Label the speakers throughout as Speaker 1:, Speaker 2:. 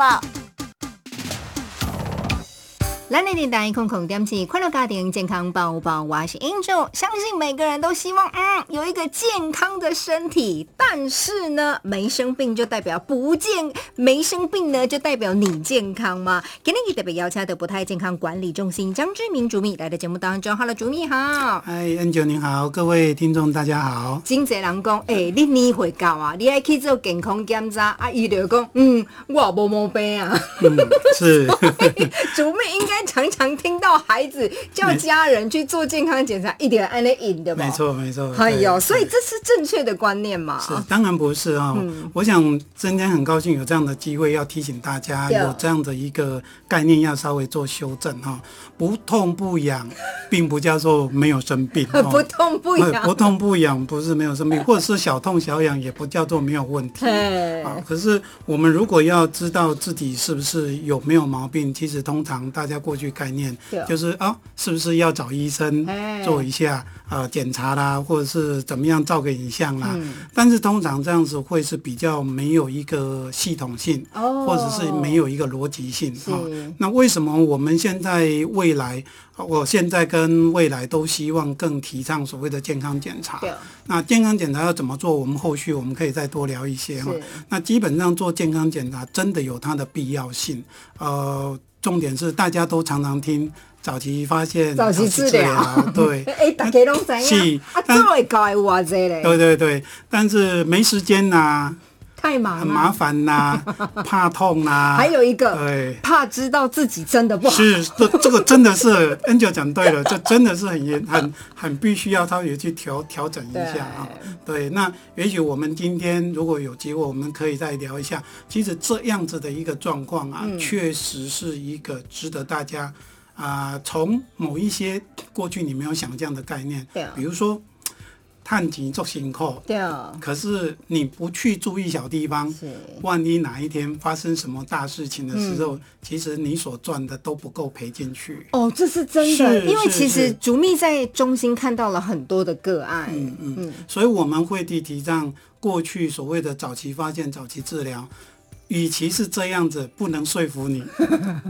Speaker 1: 报。
Speaker 2: 咱的大空空点起快乐家庭健康宝宝，我是 Angel。相信每个人都希望，嗯，有一个健康的身体。但是呢，没生病就代表不健，没生病呢就代表你健康吗？今天特别邀请的不太健康管理中心张志明主秘来到节目当中。Hello，主秘好。
Speaker 3: 嗨，Angel 您好，各位听众大家好。
Speaker 2: 真侪人讲，诶、你年岁到啊，你爱去做健康检查啊，伊就讲，嗯，我无毛病啊。
Speaker 3: 嗯，是
Speaker 2: 主妹应该常常听到孩子叫家人去做健康检查，一点按那瘾的吧？
Speaker 3: 没。错没错。
Speaker 2: 哎呦，
Speaker 3: 对
Speaker 2: 所以
Speaker 3: 对
Speaker 2: 这是正确的观念 嘛？
Speaker 3: 是当然不是哦。
Speaker 2: 嗯
Speaker 3: 我想真的很高兴有这样的机会，要提醒大家
Speaker 2: 对
Speaker 3: 有这样的一个概念，要稍微做修正哈、哦。不痛不 痒，并不叫做没有生病哦。
Speaker 2: 不痛不痒
Speaker 3: 不痛不痒不是没有生病，或者是小痛小痒，也不叫做没有问题。
Speaker 2: 嘿，
Speaker 3: 啊，可是我们如果要知道自己是不是有没有毛病，其实通常大家过去概念
Speaker 2: 对
Speaker 3: 就是啊，是不是要找医生
Speaker 2: 哎
Speaker 3: 做一下啊检、查啦，或者是怎么样照个影像啦。
Speaker 2: 嗯
Speaker 3: 但是通常这样子会是比较没有一个系统性，
Speaker 2: 哦
Speaker 3: 啊或者是没有一个逻辑性
Speaker 2: 是
Speaker 3: 啊。那为什么我们现在呃未来，啊我现在跟未来都希望更提倡所谓的健康检查？
Speaker 2: 对，
Speaker 3: 那健康检查要怎么做？我们后续我们可以再多聊一些哈
Speaker 2: 是。
Speaker 3: 那基本上做健康检查真的有它的必要性。呃，重点是大家都常常听早期发现、
Speaker 2: 早期治疗
Speaker 3: 疗对。
Speaker 2: 哎、大家拢知影
Speaker 3: 是，
Speaker 2: 啊，
Speaker 3: 但
Speaker 2: 做会到的偌济嘞，
Speaker 3: 对对对，但是没时间呐、
Speaker 2: 太忙
Speaker 3: 很麻
Speaker 2: 了。
Speaker 3: 烦呐、怕痛呐、
Speaker 2: 还有一个，
Speaker 3: 对，
Speaker 2: 怕知道自己真的不好，
Speaker 3: 是这这个真的是 N 九讲对了，这真的是很严很很必须要稍微去调调整一下啊。对，那也许我们今天如果有机会，我们可以再聊一下。其实这样子的一个状况啊，
Speaker 2: 嗯
Speaker 3: 确实是一个值得大家啊、从某一些过去你没有想这样的概念，
Speaker 2: 对啊
Speaker 3: 比如说探钱做辛苦，
Speaker 2: 对，
Speaker 3: 可是你不去注意小地方，
Speaker 2: 是
Speaker 3: 万一哪一天发生什么大事情的时候，其实你所赚的都不够赔进去。
Speaker 2: 哦，这是真的，
Speaker 3: 是
Speaker 2: 因为
Speaker 3: 是
Speaker 2: 其实
Speaker 3: 是
Speaker 2: 竹蜜在中心看到了很多的个案，
Speaker 3: 嗯
Speaker 2: 嗯
Speaker 3: 所以我们会提提倡过去所谓的早期发现、早期治疗。与其是这样子，不能说服你，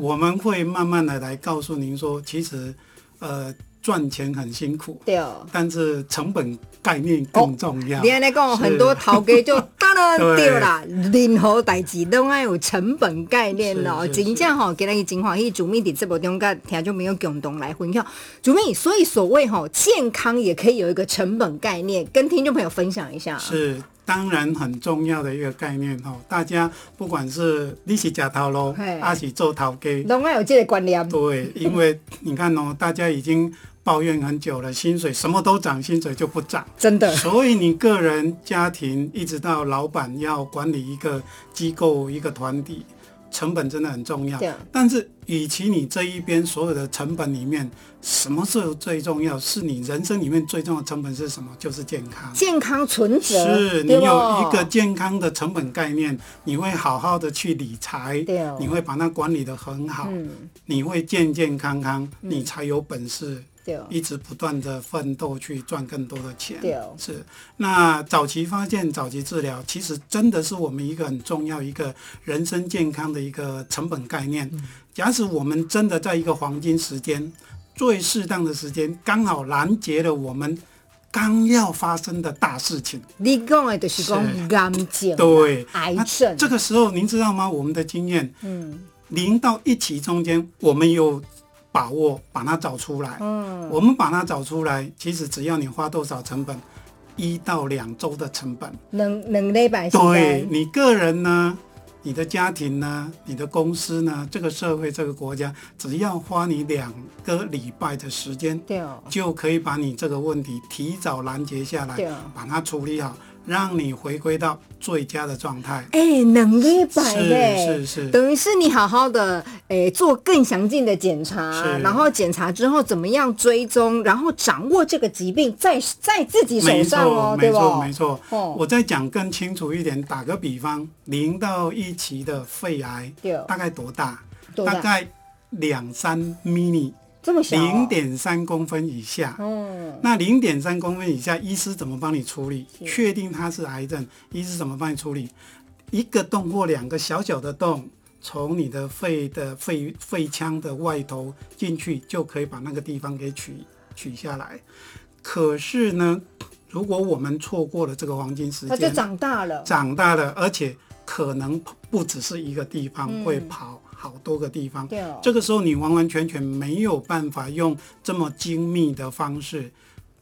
Speaker 3: 我们会慢慢的来告诉您说，其实，呃，赚钱很辛苦，
Speaker 2: 对，哦
Speaker 3: 但是成本概念更重要。
Speaker 2: 你安尼讲，
Speaker 3: 是
Speaker 2: 很多头家就当然
Speaker 3: 对
Speaker 2: 对啦，任何代志拢爱有成本概念咯。
Speaker 3: 是是是
Speaker 2: 真正吼，今日真欢喜，主秘伫节目中甲听众朋友共同来分享。主秘，所以所谓吼健康也可以有一个成本概念，跟听众朋友分享一下。
Speaker 3: 是当然很重要的一个概念哦。大家不管是你是假头喽
Speaker 2: 嘿，
Speaker 3: 还是做头给，
Speaker 2: 拢爱有这个观念，
Speaker 3: 对，因为你看哦，大家已经抱怨很久了，薪水什么都涨，薪水就不涨。
Speaker 2: 真的
Speaker 3: 所以你个人、家庭，一直到老板要管理一个机构、一个团体，成本真的很重要
Speaker 2: 对。
Speaker 3: 但是，与其你这一边所有的成本里面，什么是最重要？是你人生里面最重要的成本是什么？就是健康。
Speaker 2: 健康存折，
Speaker 3: 是你
Speaker 2: 对
Speaker 3: 有
Speaker 2: 不
Speaker 3: 一个健康的成本概念，你会好好的去理财
Speaker 2: 对哦，
Speaker 3: 你会把它管理得很好，
Speaker 2: 嗯，
Speaker 3: 你会健健康康，你才有本事
Speaker 2: 对
Speaker 3: 一直不断的奋斗去赚更多的钱。
Speaker 2: 对哦
Speaker 3: 是。那早期发现、早期治疗，其实真的是我们一个很重要一个人生健康的一个成本概念。
Speaker 2: 嗯
Speaker 3: 假使我们真的在一个黄金时间、最适当的时间，刚好拦截了我们刚要发生的大事情。
Speaker 2: 你讲的就是讲癌症、啊
Speaker 3: 对，
Speaker 2: 癌
Speaker 3: 那
Speaker 2: 症，
Speaker 3: 这个时候您知道吗？我们的经验，嗯，零到一期中间，我们有把握把它找出来。嗯，我们把它找出来，其实只要你花多少成本，一到两周的成本，
Speaker 2: 两两礼拜时
Speaker 3: 对
Speaker 2: 间，
Speaker 3: 你个人呢？你的家庭呢？你的公司呢？这个社会、这个国家，只要花你两个礼拜的时间，
Speaker 2: 对哦
Speaker 3: 就可以把你这个问题提早拦截下来
Speaker 2: 对啊，
Speaker 3: 把它处理好，让你回归到最佳的状态。
Speaker 2: 哎、能力百嘞，
Speaker 3: 是是是
Speaker 2: 等于是你好好的，哎、做更详尽的检查，
Speaker 3: 是
Speaker 2: 然后检查之后怎么样追踪，然后掌握这个疾病在在自己手
Speaker 3: 没
Speaker 2: 上哦
Speaker 3: 错，，
Speaker 2: 对不？
Speaker 3: 没错，没错。
Speaker 2: 哦
Speaker 3: 我再讲更清楚一点，打个比方，零到一期的肺癌
Speaker 2: 对
Speaker 3: 大概多大？
Speaker 2: 多大
Speaker 3: 大概两三 mini，
Speaker 2: 这么小、哦
Speaker 3: 零，点三公分以下。
Speaker 2: 嗯，
Speaker 3: 那零点三公分以下，医师怎么帮你处理？确定它是癌症，医师怎么帮你处理？一个洞或两个小小的洞，从你的肺的肺肺腔的外头进去，就可以把那个地方给取取下来。可是呢，如果我们错过了这个黄金时
Speaker 2: 它就
Speaker 3: 间，
Speaker 2: 长大了，
Speaker 3: 长大了，而且可能不只是一个地方，
Speaker 2: 嗯
Speaker 3: 会跑好多个地方。
Speaker 2: 对哦，
Speaker 3: 这个时候你完完全全没有办法用这么精密的方式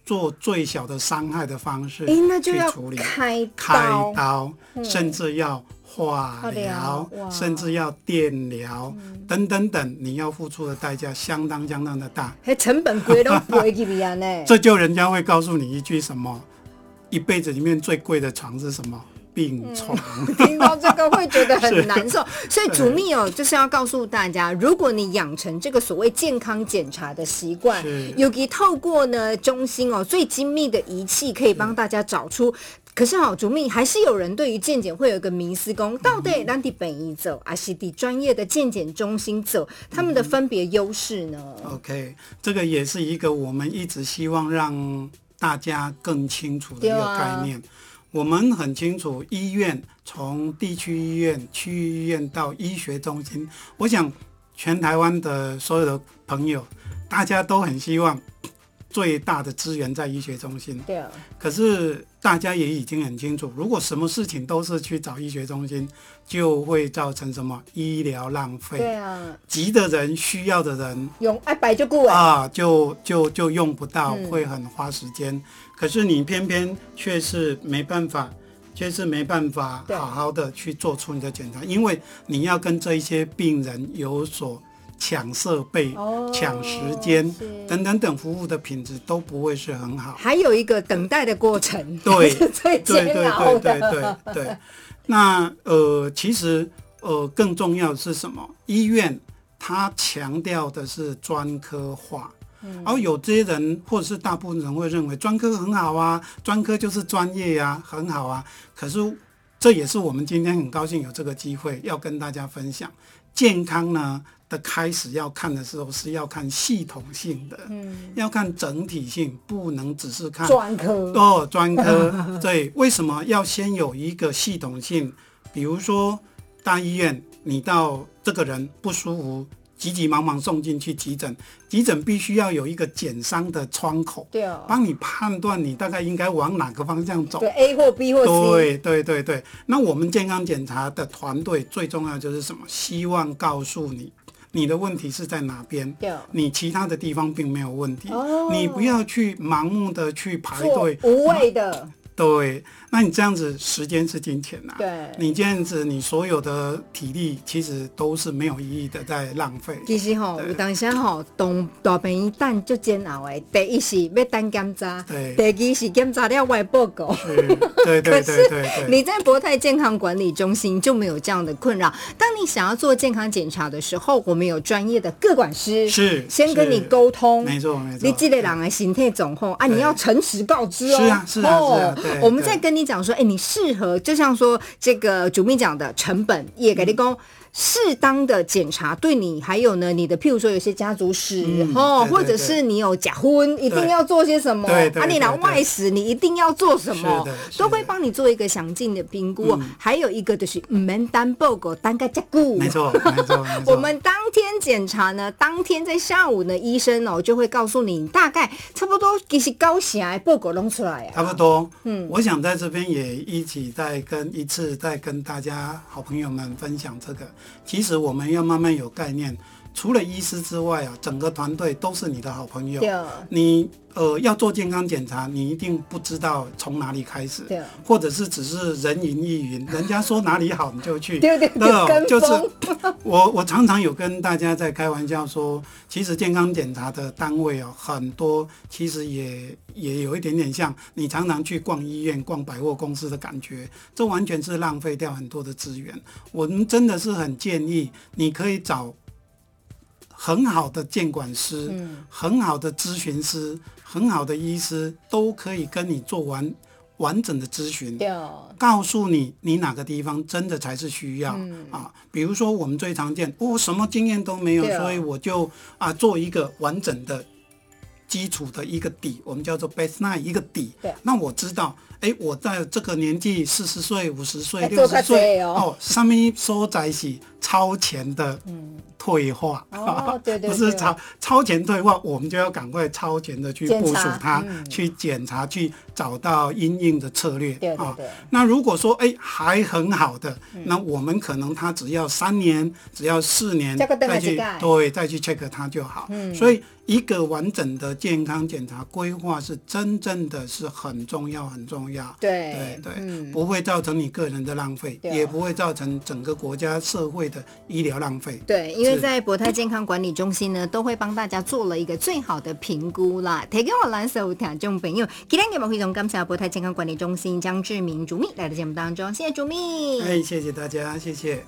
Speaker 3: 做最小的伤害的方式
Speaker 2: 哎，那就
Speaker 3: 去
Speaker 2: 要
Speaker 3: 处理，
Speaker 2: 开
Speaker 3: 开
Speaker 2: 刀，
Speaker 3: 刀，
Speaker 2: 嗯
Speaker 3: 甚至要化疗
Speaker 2: 化疗哇，嗯
Speaker 3: 甚至要电疗等等等，你要付出的代价相当相当的大。。
Speaker 2: 还成本贵都不会给你啊 呢
Speaker 3: 这就人家会告诉你一句什么？一辈子里面最贵的床是什么？
Speaker 2: 嗯
Speaker 3: 病床。
Speaker 2: 听到这个会觉得很难受，所以主密哦，就是要告诉大家，如果你养成这个所谓健康检查的习惯
Speaker 3: 是，
Speaker 2: 尤其透过呢中心哦最精密的仪器，可以帮大家找出。可是哦好，主密还是有人对于健检会有一个迷思，
Speaker 3: 嗯
Speaker 2: 公到底咱地本医走，还是地专业的健检中心走，他们的分别优势呢？
Speaker 3: OK，这个也是一个我们一直希望让大家更清楚的
Speaker 2: 对
Speaker 3: 一个
Speaker 2: 啊
Speaker 3: 概念。我们很清楚，医院从地区医院、区域医院到医学中心，我想全台湾的所有的朋友，大家都很希望最大的资源在医学中心。
Speaker 2: 对啊，
Speaker 3: 可是大家也已经很清楚，如果什么事情都是去找医学中心，就会造成什么医疗浪
Speaker 2: 对
Speaker 3: 费，
Speaker 2: 啊，
Speaker 3: 急的人、需要的人
Speaker 2: 用爱白就顾哎，
Speaker 3: 啊，就就就用不到，
Speaker 2: 嗯
Speaker 3: 会很花时间。可是你偏偏却是没办法，却是没办法
Speaker 2: 对
Speaker 3: 好好的去做出你的检查，因为你要跟这一些病人有所抢设备、
Speaker 2: 哦
Speaker 3: 抢时间
Speaker 2: 是
Speaker 3: 等等等，服务的品质都不会是 很好。
Speaker 2: 还有一个等待的过程，
Speaker 3: 对
Speaker 2: 是 最
Speaker 3: 对
Speaker 2: 煎
Speaker 3: 对
Speaker 2: 熬
Speaker 3: 对
Speaker 2: 的。
Speaker 3: 对对对。那呃，其实呃，更重要的是什么？医院它强调的是专科化。
Speaker 2: 嗯
Speaker 3: 然后有这些人，或者是大部分人会认为专科很好啊，专科就是专业呀、很好啊。可是这也是我们今天很高兴有这个机会要跟大家分享，健康呢的开始要看的时候是要看系统性的，
Speaker 2: 嗯，
Speaker 3: 要看整体性，不能只是看
Speaker 2: 专科
Speaker 3: 哦，专科对，为什么要先有一个系统性？比如说大医院，你到这个人不舒服，急急忙忙送进去急诊，急诊必须要有一个减伤的窗口，
Speaker 2: 对哦，
Speaker 3: 帮你判断你大概应该往哪个方向走。
Speaker 2: 对 A 或 B 或 C，
Speaker 3: 对对对对，那我们健康检查的团队最重要就是什么？希望告诉你你的问题是在哪边，
Speaker 2: 对哦，
Speaker 3: 你其他的地方并没有问题，
Speaker 2: 哦
Speaker 3: 你不要去盲目的去排
Speaker 2: 做
Speaker 3: 队，
Speaker 2: 无谓的，
Speaker 3: 对，那你这样子时间是金钱
Speaker 2: 啊
Speaker 3: 呐、
Speaker 2: 对。
Speaker 3: 你这样子，你所有的体力其实都是没有意义的，在浪费。
Speaker 2: 其实吼，有当时吼，当大病一等就煎熬的。第一是要等检查，
Speaker 3: 对
Speaker 2: 第二是检查了外报告。
Speaker 3: 是，对对对对对对，
Speaker 2: 你在博泰健康管理中心就没有这样的困扰。当你想要做健康检查的时候，我们有专业的各管师
Speaker 3: 是
Speaker 2: 先跟你
Speaker 3: 是
Speaker 2: 沟通，
Speaker 3: 没错没错。
Speaker 2: 你这个人的形态总后啊，
Speaker 3: 对
Speaker 2: 你要诚实告知哦。
Speaker 3: 是啊是啊是啊对
Speaker 2: 我们在
Speaker 3: 对
Speaker 2: 跟你讲说，哎，你适合，就像说这个主秘讲的成本，也给你
Speaker 3: 嗯
Speaker 2: 供。适当的检查对你，还有呢，你的譬如说有些家族史
Speaker 3: 嗯
Speaker 2: 哦，
Speaker 3: 对对
Speaker 2: 或者是你有假婚，一定要做些什么？
Speaker 3: 对对
Speaker 2: 啊，你拿
Speaker 3: 对对
Speaker 2: 外史，你一定要做什么
Speaker 3: 是的？是的嗯
Speaker 2: 都会帮你做一个详尽的评估哦。还有一个就是唔免单报告，单个结固。
Speaker 3: 没错没错没错。
Speaker 2: 我们当天检查呢，当天在下午呢，医生哦就会告诉你大概差不多其实高血癌报告弄出来啊，
Speaker 3: 差不多，嗯，我想在这边也一起再跟一次再跟大家好朋友们分享这个。其实我们要慢慢有概念，除了医师之外啊，整个团队都是你的好朋友。
Speaker 2: 对
Speaker 3: 你呃要做健康检查，你一定不知道从哪里开始，
Speaker 2: 对
Speaker 3: 或者是只是人云亦 云，人家说哪里好你就去，
Speaker 2: 对对对
Speaker 3: 那
Speaker 2: 跟
Speaker 3: 就是
Speaker 2: 风
Speaker 3: 我我常常有跟大家在开玩笑说，其实健康检查的单位哦很多，其实也也有一点点像你常常去逛医院、逛百货公司的感觉，这完全是浪费掉很多的资源。我们真的是很建议你可以找很好的监管师。
Speaker 2: 嗯，
Speaker 3: 很好的咨询师、很好的医师都可以跟你做完完整的咨询，
Speaker 2: 对
Speaker 3: 告诉你你哪个地方真的才是需要、
Speaker 2: 嗯
Speaker 3: 啊。比如说我们最常见，我、什么经验都没有，
Speaker 2: 对啊
Speaker 3: 所以我就啊做一个完整的。基础的一个底，我们叫做 baseline 一个底
Speaker 2: 对。
Speaker 3: 那我知道，哎，我在这个年纪，四十岁、五十岁、
Speaker 2: 哎要做
Speaker 3: 六
Speaker 2: 较
Speaker 3: 十
Speaker 2: 多
Speaker 3: 岁，
Speaker 2: 哦
Speaker 3: 哦，上面所在是超前的退化，
Speaker 2: 嗯 哦对对
Speaker 3: 不是
Speaker 2: 对
Speaker 3: 超超前退化，我们就要赶快超前的去
Speaker 2: 检
Speaker 3: 部署
Speaker 2: 查
Speaker 3: 它，
Speaker 2: 嗯
Speaker 3: 去检查，去找到因应的策略哦
Speaker 2: 对对对，
Speaker 3: 那如果说哎还很好的，
Speaker 2: 嗯
Speaker 3: 那我们可能他只要三年，只要四年
Speaker 2: 这个等下
Speaker 3: 再
Speaker 2: 一
Speaker 3: 去
Speaker 2: 届
Speaker 3: 对再去 check 它就好。
Speaker 2: 嗯
Speaker 3: 所以一个完整的健康检查规划是真正的是很重要很重要。
Speaker 2: 对
Speaker 3: 对对，
Speaker 2: 嗯，
Speaker 3: 不会造成你个人的浪费，
Speaker 2: 对哦
Speaker 3: 也不会造成整个国家社会的医疗浪费。
Speaker 2: 对，因为
Speaker 3: 是
Speaker 2: 在博泰健康管理中心呢，都会帮大家做了一个最好的评估啦。提供我蓝色有听众朋友，今天节目非常感谢博泰健康管理中心江志明主秘来到节目当中，谢谢主秘。
Speaker 3: 哎哎，谢谢大家，谢谢。